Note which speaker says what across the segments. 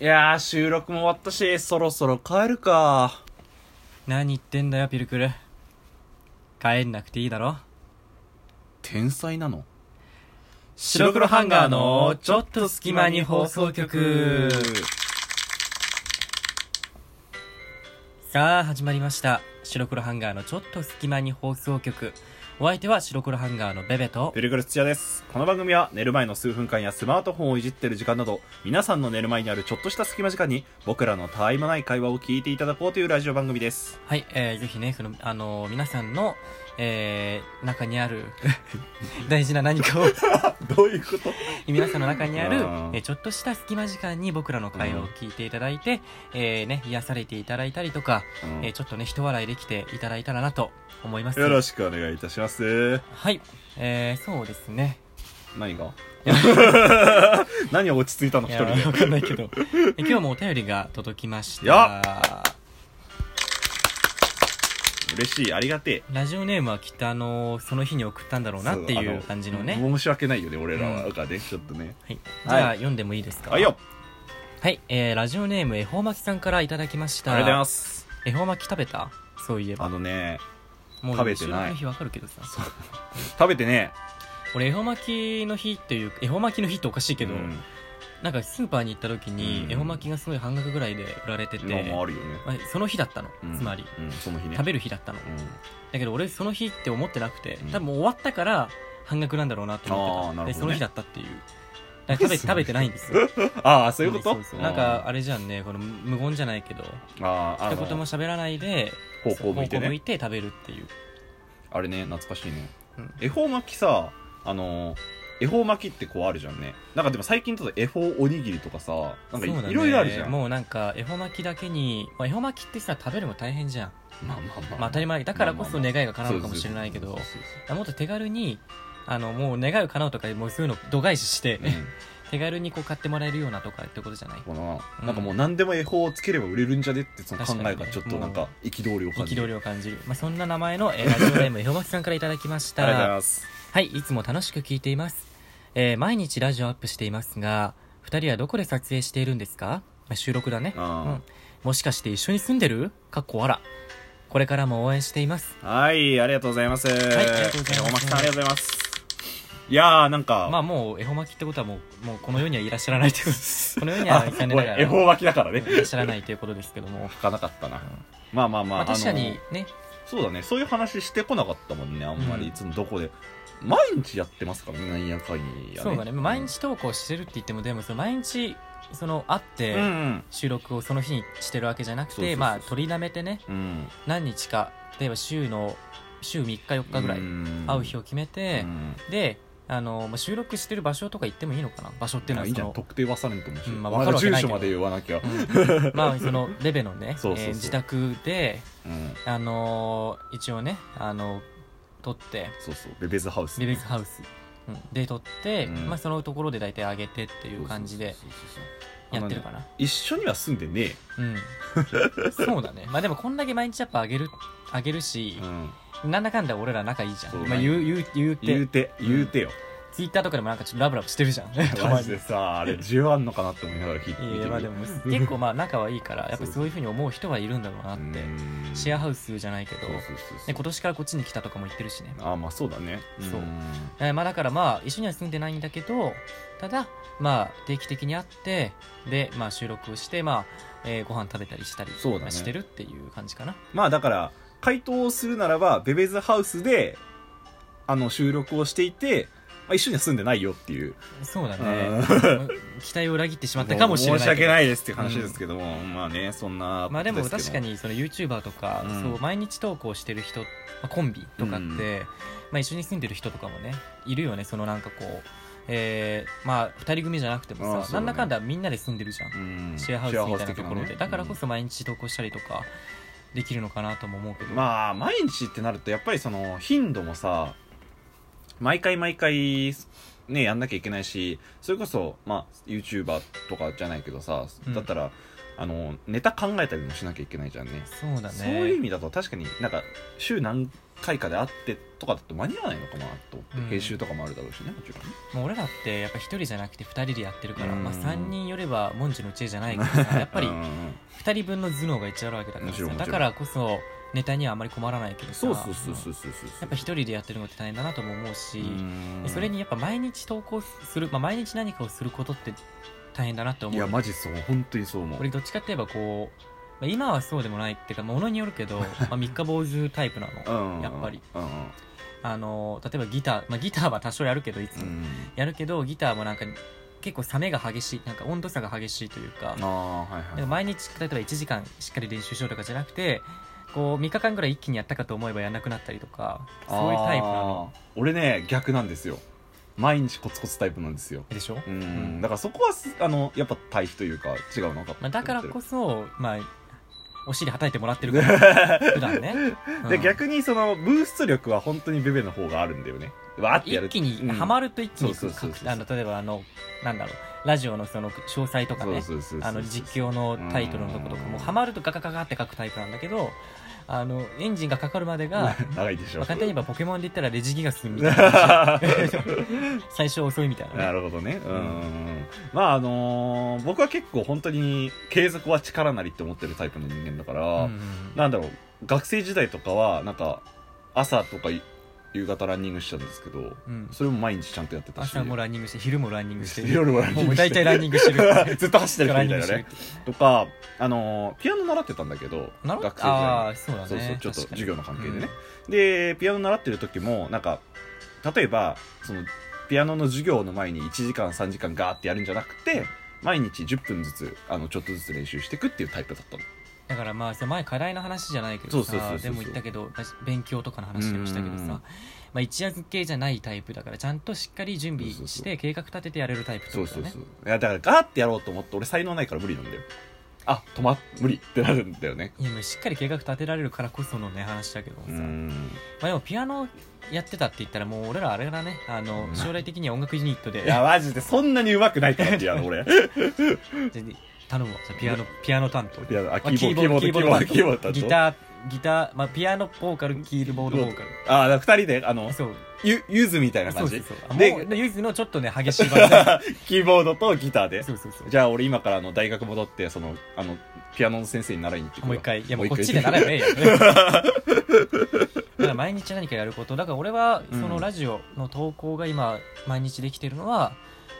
Speaker 1: いやー、収録も終わったし、そろそろ帰るか。
Speaker 2: 何言ってんだよピルクル帰んなくていいだろ
Speaker 1: 天才なの
Speaker 2: 白黒ハンガーのちょっと隙間に放送局さあ始まりました白黒ハンガーのちょっと隙間に放送局お相手は白黒ハンガーのベベと
Speaker 1: ペルクル土屋です。この番組は寝る前の数分間やスマートフォンをいじってる時間など、皆さんの寝る前にあるちょっとした隙間時間に、僕らのたわいもない会話を聞いていただこうというラジオ番組です。
Speaker 2: はい、えー、ぜひねその、あのー皆さんの、えー、中にある 大事な何かを
Speaker 1: どういうこと
Speaker 2: 皆さんの中にあ
Speaker 1: う
Speaker 2: る
Speaker 1: ん、
Speaker 2: えーちょっとした隙間時間に僕らの会話を聞いていただいて、えーね、癒されていただいたりとか、えーちょっとね一笑いできていただいたらなと思います
Speaker 1: よろしくお願いいたします。
Speaker 2: はい、えー、そうですね
Speaker 1: 何が 何を落ち着いたの
Speaker 2: い
Speaker 1: 一
Speaker 2: や
Speaker 1: 人で。
Speaker 2: わかんないけどえ今日もお便りが届きまし
Speaker 1: や
Speaker 2: た
Speaker 1: 嬉しい、ありがてえ。
Speaker 2: ラジオネームはきっとあのその日に送ったんだろうなって
Speaker 1: そ
Speaker 2: いう
Speaker 1: あ
Speaker 2: う感じのね
Speaker 1: 申し訳ないよね、俺らは。がね、ちょっとね。
Speaker 2: はい、じ
Speaker 1: はい
Speaker 2: ゃあ、読んでもいいですか
Speaker 1: はいよ
Speaker 2: はい、えー、ラジオネーム恵方巻さんからいただきまし
Speaker 1: あ
Speaker 2: た
Speaker 1: りがとうございます。
Speaker 2: 恵方巻き食べたそういえば
Speaker 1: あのね、
Speaker 2: もう
Speaker 1: 食べてない
Speaker 2: 収録の日わかるけどさ
Speaker 1: 食べてね、
Speaker 2: 俺恵方巻きの日という恵方巻きの日っておかしいけど、
Speaker 1: うん
Speaker 2: なんかスーパーに行った時に
Speaker 1: うん
Speaker 2: 恵方巻きがすごい半額ぐらいで売られてて、
Speaker 1: 今もあるよね、
Speaker 2: まあその日だったの、
Speaker 1: うん
Speaker 2: つまり
Speaker 1: うんその日ね
Speaker 2: 食べる日だったの
Speaker 1: う
Speaker 2: だけど俺その日って思ってなくて、
Speaker 1: うん
Speaker 2: 多分もう終わったから半額なんだろうなと思って
Speaker 1: あー
Speaker 2: た
Speaker 1: なるほどね
Speaker 2: でその日だったっていうだから食べ
Speaker 1: そう
Speaker 2: 食べてないんですよ
Speaker 1: んあ あそういうこと
Speaker 2: んそうそうなんかあれじゃんねこの無言じゃないけど
Speaker 1: あああ
Speaker 2: 一
Speaker 1: の
Speaker 2: 言も喋らないで
Speaker 1: 方向向いて
Speaker 2: 方向向い
Speaker 1: ね
Speaker 2: て食べるっていう
Speaker 1: あれね懐かしいね
Speaker 2: うん
Speaker 1: 恵方巻きさあの恵方巻きってこうあるじゃんねなんかでも最近ちょっと恵方おにぎりとかさなんかい,、
Speaker 2: そうだね
Speaker 1: ろいろあるじゃん
Speaker 2: もうなんか恵方巻きだけに、まあ、恵方巻きってさ食べるの大変じゃん、
Speaker 1: まあまあまあ、
Speaker 2: まあ、当たり前だからこそ願いが叶うかもしれないけ
Speaker 1: そ
Speaker 2: ど
Speaker 1: うそうそうそう
Speaker 2: もっと手軽にあのもう願いを叶うとかもうそういうの度外視して、
Speaker 1: そううん
Speaker 2: 手軽にこう買ってもらえるようなとかってことじゃない
Speaker 1: この
Speaker 2: うん
Speaker 1: なんかもう何でも恵方をつければ売れるんじゃねってその考えがちょっとなんか
Speaker 2: 確
Speaker 1: 憤りを感じ
Speaker 2: 憤
Speaker 1: る
Speaker 2: りを感じる、まあ、そんな名前の、えーラジオネーム えほまきさんからいただきまし
Speaker 1: ありがとうござい
Speaker 2: た
Speaker 1: ます
Speaker 2: はいいつも楽しく聞いています、えー毎日ラジオアップしていますが2人はどこで撮影しているんですかまあ収録だね
Speaker 1: あ
Speaker 2: もしかして一緒に住んでるかっこあらこれからも応援しています
Speaker 1: ーはいありがとうございますはい
Speaker 2: ありがとうございます
Speaker 1: おまきさんありがとうございますいやーなんか
Speaker 2: まあもう恵方巻きってことはもうもうこの世にはいらっしゃらないという この世に
Speaker 1: あ
Speaker 2: は、残念ながら
Speaker 1: 俺恵方巻きだからね
Speaker 2: いらっしゃらないということですけども、
Speaker 1: 書かなかったなまあまあまあ
Speaker 2: まあ、確か
Speaker 1: あ
Speaker 2: に
Speaker 1: の
Speaker 2: ね
Speaker 1: そうだねそういう話してこなかったもんねあんま
Speaker 2: う
Speaker 1: り
Speaker 2: ん
Speaker 1: いつもどこで毎日やってますからねなんやかんや
Speaker 2: そうだね毎日投稿してるって言ってもでもその毎日その会っ
Speaker 1: う
Speaker 2: て、
Speaker 1: んうん
Speaker 2: 収録をその日にしてるわけじゃなく
Speaker 1: そうそうそう
Speaker 2: てまあ取りだめてね
Speaker 1: うん
Speaker 2: 何日か例えば週の週3日4日ぐらい会う日
Speaker 1: を
Speaker 2: を決めて、であのまあ収録してる場所とか言ってもいいのかな場所っていうの
Speaker 1: いいじゃん
Speaker 2: はその
Speaker 1: 特定はされんと思うし
Speaker 2: うんまあ
Speaker 1: ま
Speaker 2: わ
Speaker 1: だ
Speaker 2: かるわけ
Speaker 1: 住
Speaker 2: ない
Speaker 1: 所
Speaker 2: けど
Speaker 1: まで言わなきゃ
Speaker 2: うんまあそのレベのね
Speaker 1: そうそうそう
Speaker 2: えー自宅で
Speaker 1: うん
Speaker 2: あのー一応ねあの撮って
Speaker 1: そうそうベベズハウス
Speaker 2: ビビズハウス、うんで撮って、
Speaker 1: うん
Speaker 2: まあそのところで大体上げてっていう感じで
Speaker 1: そうそうそうそう
Speaker 2: やってるかな
Speaker 1: 一緒には住んでね
Speaker 2: うんそうだねまあでもこんだけ毎日やっぱ上げる上げるし
Speaker 1: え、うん
Speaker 2: なんだかんだ俺ら仲いいじゃ、
Speaker 1: そうん
Speaker 2: まあ、言う言う言うて
Speaker 1: 言うて
Speaker 2: ん
Speaker 1: 言うてよ
Speaker 2: ツイッターとかでもなんかちょっとラブラブしてるじゃん たま
Speaker 1: マ
Speaker 2: に
Speaker 1: ジでさあれ10あんのかなって思いながら聞いて
Speaker 2: いやまあでも
Speaker 1: 見てみる
Speaker 2: 結構まあ仲はいいからやっ
Speaker 1: そ
Speaker 2: ぱ
Speaker 1: うそう
Speaker 2: そういうふうに思う人はいるんだろうなっ
Speaker 1: う
Speaker 2: て
Speaker 1: ん
Speaker 2: シェアハウスじゃないけど
Speaker 1: そうそうそうそう
Speaker 2: で今年からこっちに来たとかも言ってるしね
Speaker 1: ああまあそうだね
Speaker 2: そうんえーまあだからまあ一緒には住んでないんだけどただまあ定期的に会ってでまあ収録をしてまあえーご飯食べたりしたり
Speaker 1: そうだね
Speaker 2: まあしてるっていう感じかな
Speaker 1: まあだから回答をするならばベベズハウスであの収録をしていて、まあ、一緒には住んでないよっていう
Speaker 2: そうだ
Speaker 1: うん
Speaker 2: ね期待を裏切ってしまったかもしれない
Speaker 1: 申し訳ないですっていう話ですけども、まあねそんな
Speaker 2: まあで
Speaker 1: す
Speaker 2: も
Speaker 1: けど
Speaker 2: 確かにその YouTuber とか、
Speaker 1: うん
Speaker 2: そう毎日投稿してる人、まあ、コンビとかって、
Speaker 1: うん
Speaker 2: まあ、一緒に住んでる人とかもねいるよねそのなんかこう、えーまあ、2人組じゃなくても
Speaker 1: あ
Speaker 2: さ、
Speaker 1: あそうだ
Speaker 2: な
Speaker 1: ね
Speaker 2: んだかんだみんなで住んでるじゃん、
Speaker 1: うん
Speaker 2: シェアハウスみたいな
Speaker 1: シェ
Speaker 2: ところで、
Speaker 1: アハウス的ね
Speaker 2: だからこそ毎日投稿したりとかできるのかなとも思うけど、
Speaker 1: まあ毎日ってなるとやっぱりその頻度もさ毎回毎回ねやんなきゃいけないしそれこそまあ YouTuber とかじゃないけどさ
Speaker 2: うん
Speaker 1: だったら、あのネタ考えたりもしなきゃいけないじゃんね
Speaker 2: そうだね
Speaker 1: そういう意味だと確かになんか週何回かで会ってとかだと間に合わないのかなと思って、
Speaker 2: うん
Speaker 1: 編集とかもあるだろうしねもちろんね
Speaker 2: もう俺らってやっぱ一人じゃなくて二人でやってるから、
Speaker 1: うん
Speaker 2: まあ、3人寄れば文字の知恵じゃないからさやっぱり
Speaker 1: うんうん
Speaker 2: 二人分の頭脳が一致あるわけだから
Speaker 1: もちろん
Speaker 2: さ
Speaker 1: もちろ
Speaker 2: だ
Speaker 1: ん
Speaker 2: からこそネタにはあまり困らないけどさ
Speaker 1: そうそうそうそうそうそう
Speaker 2: やっぱ一人でやってるのって大変だなとも思うし、
Speaker 1: うん
Speaker 2: それにやっぱ毎日投稿する、まあ、毎日何かをすることって大変だなって思
Speaker 1: いうやマジそう本当にそう思う
Speaker 2: 俺どっちかって言えばこう、まあ、今はそうでもないっていうかものによる けど、まあ、三日坊主タイプなの
Speaker 1: うん
Speaker 2: やっぱり
Speaker 1: うんうん
Speaker 2: あの例えばギター、まあ、ギターは多少やるけどいつ
Speaker 1: う
Speaker 2: も、
Speaker 1: ん
Speaker 2: やるけどギターもなんか結構冷めが激しいなんか温度差が激しいというか
Speaker 1: ああはいはい
Speaker 2: なんか毎日例えば1時間しっかり練習しようとかじゃなくてこう3日間ぐらい一気にやったかと思えばやんなくなったりとかそういうタイプなの
Speaker 1: あー俺ね逆なんですよ毎日コツコツタイプなんですよ
Speaker 2: でしょ、
Speaker 1: うん、
Speaker 2: ん
Speaker 1: だからそこはすあのやっぱ対比というか違うのか
Speaker 2: まあ、だからこ
Speaker 1: そ
Speaker 2: そまあお尻はたいてもらってるから 普段ね、うん
Speaker 1: で逆にそのブースト力は本当にベベの方があるんだよねわーってやる
Speaker 2: 一気にハマ
Speaker 1: る、
Speaker 2: ると一気にい
Speaker 1: そう
Speaker 2: く
Speaker 1: そうそうそう
Speaker 2: 各あの例えばあのなんだろうラジオのその詳細とか
Speaker 1: そう
Speaker 2: ね
Speaker 1: そうそうそう
Speaker 2: あの実況のタイトルのとことか
Speaker 1: うん
Speaker 2: もうハマるとガガガガって書くタイプなんだけどあのエンジンがかかるまでが
Speaker 1: 長いでしょ
Speaker 2: まあ簡単に言えばポケモンで言ったらレジギガスみたい な最初遅いみたいなね
Speaker 1: なるほどねうん、まああのー僕は結構本当に継続は力なりって思ってるタイプの人間だから、
Speaker 2: うん
Speaker 1: なんだろう学生時代とかはなんか朝とかい夕方ランニングしてたんですけど
Speaker 2: うん
Speaker 1: それも毎日ちゃんとやってたし
Speaker 2: 朝もランニングして昼もランニングして
Speaker 1: 夜もランニン
Speaker 2: も
Speaker 1: グ
Speaker 2: う
Speaker 1: して
Speaker 2: 大体ランニングしてる
Speaker 1: ずっと走ってる人
Speaker 2: ラ
Speaker 1: み
Speaker 2: ンニ
Speaker 1: た
Speaker 2: ン
Speaker 1: い
Speaker 2: グ
Speaker 1: な
Speaker 2: してる
Speaker 1: ねとかあのーピアノ習ってたんだけど
Speaker 2: なるほど
Speaker 1: 学生時
Speaker 2: あ
Speaker 1: 代
Speaker 2: あそうだね
Speaker 1: そうそうちょっと
Speaker 2: 確かに
Speaker 1: 授業の関係でね、でピアノ習ってる時もなんか例えばそのピアノの授業の前に1時間3時間ガーってやるんじゃなくて毎日10分ずつあのちょっとずつ練習していくっていうタイプだったの
Speaker 2: だからまあそれ前課題の話じゃないけど
Speaker 1: そうそうそうそ
Speaker 2: さ
Speaker 1: う
Speaker 2: でも言ったけどまあ勉強とかの話でもしたけど
Speaker 1: うんうんうん
Speaker 2: さ、まあ、一夜漬けじゃないタイプだからちゃんとしっかり準備
Speaker 1: そうそう
Speaker 2: し
Speaker 1: そ
Speaker 2: て計画立ててやれるタイプって
Speaker 1: そ
Speaker 2: こ
Speaker 1: う
Speaker 2: と
Speaker 1: そ
Speaker 2: だ
Speaker 1: う
Speaker 2: ね
Speaker 1: そういやだからガーってやろうと思って俺才能ないから無理なんだよあ止まっ無理ってなるんだよね
Speaker 2: いやもうしっかり計画立てられるからこそのね話だけどさ、
Speaker 1: う
Speaker 2: ま
Speaker 1: ん
Speaker 2: あ、でもピアノやってたって言ったらもう俺らあれだねあの
Speaker 1: うん
Speaker 2: 将来的には音楽ユニットで
Speaker 1: いやマジでそんなに上手くないからピアノ 俺
Speaker 2: 全然頼むわピアノピアノ担当
Speaker 1: ピアノあ
Speaker 2: ま
Speaker 1: キ
Speaker 2: あ
Speaker 1: ーボードキーボードキーボード
Speaker 2: 担当ギターギター、まあ、ピアノボーカルキーボードボーカル
Speaker 1: ああ2人であの
Speaker 2: そう
Speaker 1: ゆゆずみたいな
Speaker 2: そ
Speaker 1: 感
Speaker 2: うそう
Speaker 1: じ
Speaker 2: そうあもう
Speaker 1: で
Speaker 2: で唯一のちょっとね激しいバンド
Speaker 1: キーボードとギターで
Speaker 2: そうそうそう
Speaker 1: じゃあ俺今からあの大学戻ってそのあのピアノの先生に習いに行ってくる
Speaker 2: も
Speaker 1: わ
Speaker 2: う一回いやもう
Speaker 1: も
Speaker 2: こ
Speaker 1: う
Speaker 2: っ
Speaker 1: 一
Speaker 2: ち
Speaker 1: 回
Speaker 2: で習えばええや んだから毎日何かやることだから俺はそ
Speaker 1: うん
Speaker 2: のラジオの投稿が今毎日できてるのは、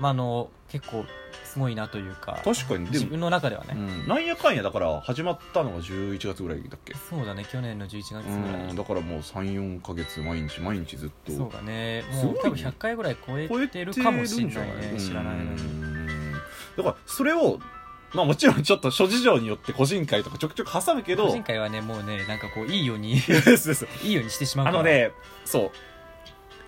Speaker 2: まあ、あの結構すごいなというか
Speaker 1: 確かにで
Speaker 2: 自
Speaker 1: も、
Speaker 2: 分の中ではね、
Speaker 1: うん、なんやかんやだから始まったのが11月ぐらいだっけ
Speaker 2: そうだね去年の11月ぐらい、
Speaker 1: うんだからもう34か月毎日毎日ずっと
Speaker 2: そうだね
Speaker 1: すごい
Speaker 2: も
Speaker 1: うね
Speaker 2: 多分100回ぐらい超えてるかもしれないね知らないのに
Speaker 1: うんだからそれをまあもちろんちょっと諸事情によって個人会とかちょくちょく挟むけど
Speaker 2: 個 人会はねもうねなんかこういいように
Speaker 1: そうそうそう
Speaker 2: いいようにしてしまう
Speaker 1: あ
Speaker 2: から
Speaker 1: のねそう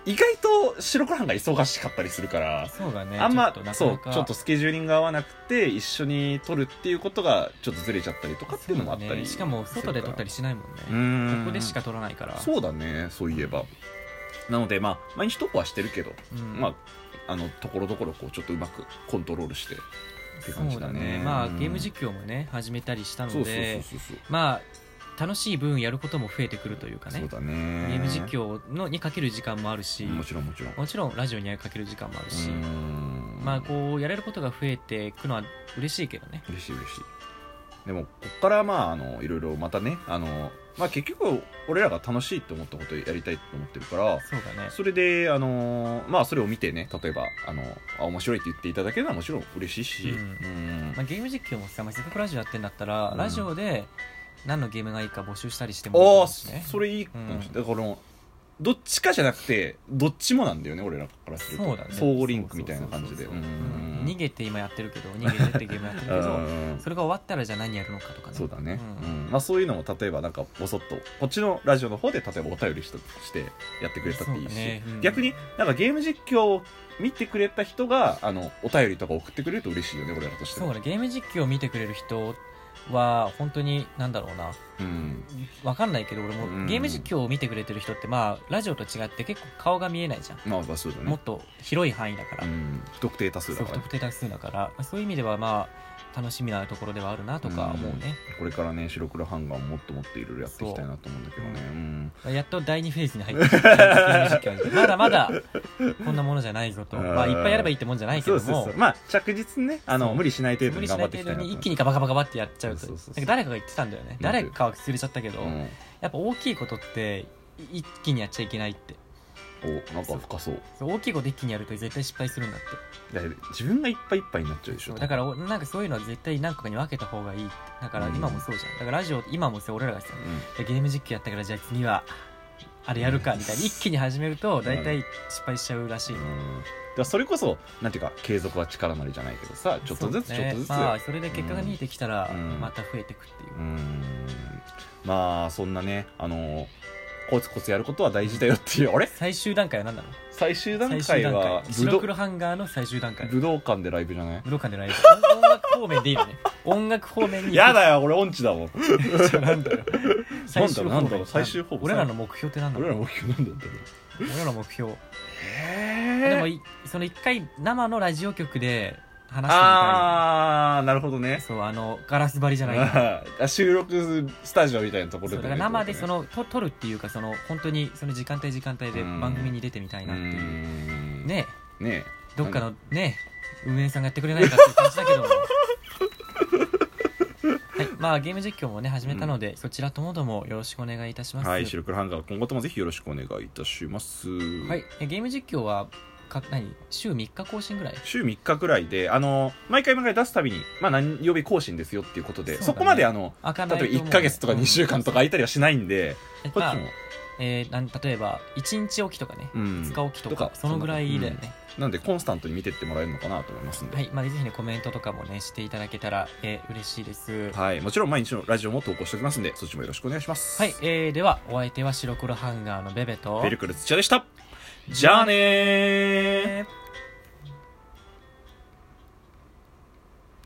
Speaker 1: 意外と白黒班が忙しかったりするから
Speaker 2: そうだね
Speaker 1: あんま
Speaker 2: ちょっとなか
Speaker 1: そ
Speaker 2: な
Speaker 1: う
Speaker 2: か
Speaker 1: ちょっとスケジューリングが合わなくて一緒に撮るっていうことがちょっとずれちゃったりとかっていうのもあった
Speaker 2: そう
Speaker 1: り、
Speaker 2: だねしかも外で撮ったり
Speaker 1: し
Speaker 2: しないもん
Speaker 1: う
Speaker 2: ね
Speaker 1: ん
Speaker 2: ここでしか撮らないから
Speaker 1: そうだねそういえばなのでまあ毎日投稿はしてるけど、
Speaker 2: うん
Speaker 1: まああのところどころこうちょっとうまくコントロールしてって感じだね
Speaker 2: そうまあ
Speaker 1: うん
Speaker 2: ゲーム実況もね始めたりしたので
Speaker 1: そうそうそうそうそう
Speaker 2: まあ楽しい分やることも増えてくるというかね
Speaker 1: そうだ
Speaker 2: ゲ
Speaker 1: ね
Speaker 2: ーム実況のにかける時間もあるし
Speaker 1: もちろんもちろん
Speaker 2: もちろんラジオにかける時間もあるし、
Speaker 1: うん
Speaker 2: まあこうやれることが増えていくのは嬉しいけどね
Speaker 1: 嬉しい嬉しいでもこっからまああのいろいろまたねあの、まあ、結局俺らが楽しいって思ったことをやりたいと思ってるから
Speaker 2: そうだね
Speaker 1: それであのまあそれを見てね例えばあのあ面白いって言っていただけるのはもちろん嬉しいし、
Speaker 2: うん
Speaker 1: うん
Speaker 2: まあ、ゲーム実況もさ、まあ、せっかくラジオやってんだったら、
Speaker 1: うん
Speaker 2: ラジオで何のゲームがいいか募集したりしてもいい
Speaker 1: ああ
Speaker 2: ですね
Speaker 1: それいいかもしれない、だからどっちかじゃなくてどっちもなんだよね俺らからすると
Speaker 2: そうだね
Speaker 1: 相互リンクみたいな感じで
Speaker 2: そううそうそうそう
Speaker 1: うん
Speaker 2: 逃げて今やってるけど逃げてってゲームやって るけ
Speaker 1: う
Speaker 2: ど
Speaker 1: ん
Speaker 2: それが終わったらじゃあ何やるのかとかね
Speaker 1: そうだね、
Speaker 2: う
Speaker 1: うんんまあ、そういうのも例えばなんかぼそっとこっちのラジオの方で例えばお便りしとしてやってくれたっていい
Speaker 2: そう
Speaker 1: し
Speaker 2: だねうん
Speaker 1: 逆になんかゲーム実況を見てくれた人があのお便りとか送ってくれると嬉しいよね俺らとして
Speaker 2: そう
Speaker 1: も
Speaker 2: だねゲーム実況を見てくれる人は本当になんだろうな
Speaker 1: うん
Speaker 2: わかんないけど俺
Speaker 1: う
Speaker 2: も
Speaker 1: ん
Speaker 2: ゲーム実況を見てくれてる人ってまあラジオと違って結構顔が見えないじゃん、
Speaker 1: まあまあそうだ
Speaker 2: もっ
Speaker 1: ね
Speaker 2: と広い範囲だから、
Speaker 1: うん不特定多数だ
Speaker 2: そう不
Speaker 1: からね
Speaker 2: 特定多数だからそういう意味ではまあ楽しみなところではあるなとか思うね、
Speaker 1: これからね白黒ハンガーをもっともっといろいろやっていきたいなと思うんだけどねうん
Speaker 2: まあやっと第2フェーズに入ってきたゲーム実 況まだまだこんなものじゃないぞと、
Speaker 1: うん
Speaker 2: まあ、いっぱいやればいいってもんじゃないけ
Speaker 1: そ
Speaker 2: ど
Speaker 1: う
Speaker 2: も
Speaker 1: そうそうまあ着実にねあ
Speaker 2: そ
Speaker 1: の
Speaker 2: う
Speaker 1: 無理しない程度
Speaker 2: 無
Speaker 1: に
Speaker 2: 理し
Speaker 1: 頑
Speaker 2: な
Speaker 1: 張
Speaker 2: い
Speaker 1: っていき
Speaker 2: 程
Speaker 1: たいなと
Speaker 2: 度に
Speaker 1: 思う
Speaker 2: 一気にガバガバガバってやっちゃうと
Speaker 1: そ
Speaker 2: な
Speaker 1: うんそ
Speaker 2: か
Speaker 1: うそう
Speaker 2: 誰かが言ってたんだよね誰かは忘れちゃったけど、やっぱ大きいことってい一気にやっちゃいけないって
Speaker 1: うんおなんか深そう
Speaker 2: 大きいこと一気にやると絶対失敗するんだって
Speaker 1: だから自分がいっぱいいっぱいになっちゃうでしょ
Speaker 2: だからおなんかそういうのは絶対何個かに分けた方がいいってだから
Speaker 1: うん
Speaker 2: 今もそうじゃん、だからラジオ今もそう俺らがさ
Speaker 1: うん
Speaker 2: ゲーム実況やったからじゃあ次はあれやるかみたいに一気に始めると大体失敗しちゃうらしい、
Speaker 1: うんだからそれこそなんていうか継続は力なりじゃないけどさちょっとずつ
Speaker 2: そ
Speaker 1: ち
Speaker 2: う
Speaker 1: ょっ
Speaker 2: ね
Speaker 1: とずつ
Speaker 2: まあそれで結果が見えてきたら
Speaker 1: うん
Speaker 2: また増えてくっていう、
Speaker 1: うんまあそんなねあのコツコツやることは大事だよっていうあれ
Speaker 2: 最終段階は何なの
Speaker 1: 最終段階
Speaker 2: 最終段
Speaker 1: は
Speaker 2: 階
Speaker 1: 武道
Speaker 2: 白黒ハンガーの最終段階
Speaker 1: 武道館でライブじゃない
Speaker 2: 武道館でライブ音楽方面でいいよね音楽方面に
Speaker 1: やだよ俺音痴だ もん
Speaker 2: じゃあなんだよ最終
Speaker 1: な
Speaker 2: 方
Speaker 1: んだろ
Speaker 2: 面
Speaker 1: う最終方面
Speaker 2: 俺らの目標って何なの
Speaker 1: 俺らの目標なんだったの
Speaker 2: 俺らの目標
Speaker 1: え
Speaker 2: でもいその一回生のラジオ局で話してみた
Speaker 1: ああなるほど
Speaker 2: い
Speaker 1: ね
Speaker 2: そうあのガラス張りじゃない
Speaker 1: あー 収録スタジオみたいなところ
Speaker 2: そ
Speaker 1: で
Speaker 2: う
Speaker 1: ね
Speaker 2: だから生でそ
Speaker 1: ってこ
Speaker 2: のと撮るっていうかその本当にその時間帯時間帯で
Speaker 1: うん
Speaker 2: 番組に出てみたい
Speaker 1: と
Speaker 2: なって
Speaker 1: ねう
Speaker 2: い
Speaker 1: ーん
Speaker 2: うね
Speaker 1: ね
Speaker 2: どっかのね運営さんがやってくれないかっていう感じ だけどもはいまあゲーム実況もね始めたので、そちらともどもよろしくお願いいたします
Speaker 1: はい白黒ハンガー今後ともぜひよろしくお願いいたします
Speaker 2: はい、えゲーム実況はか何週3日更新ぐらい
Speaker 1: 週3日くらいであの毎回毎回出すたびに、まあ、何曜日更新ですよっていうことで
Speaker 2: そう
Speaker 1: そ,、
Speaker 2: だね
Speaker 1: こまであの
Speaker 2: 開
Speaker 1: 例
Speaker 2: か
Speaker 1: え
Speaker 2: な
Speaker 1: ば
Speaker 2: いと思う
Speaker 1: 1か月とか2週間とか空いたりはしないんで、
Speaker 2: うん
Speaker 1: こっ
Speaker 2: まあ
Speaker 1: ちも、
Speaker 2: えーなん例えば1日おきとかね、
Speaker 1: うん
Speaker 2: 2日おきとか
Speaker 1: とか
Speaker 2: そのぐらいだよね、
Speaker 1: なんでコンスタントに見てってもらえるのかなと思いますんで、
Speaker 2: はい、まあ、ぜひねコメントとかもねしていただけたら、えー嬉しいですは
Speaker 1: はいもちろん毎日のラジオも投稿しておきますんでそっちもよろしくお願いします
Speaker 2: い、えーではお相手は白黒ハンガーのベベと
Speaker 1: ベルクル土屋でしたじゃあねー
Speaker 2: えー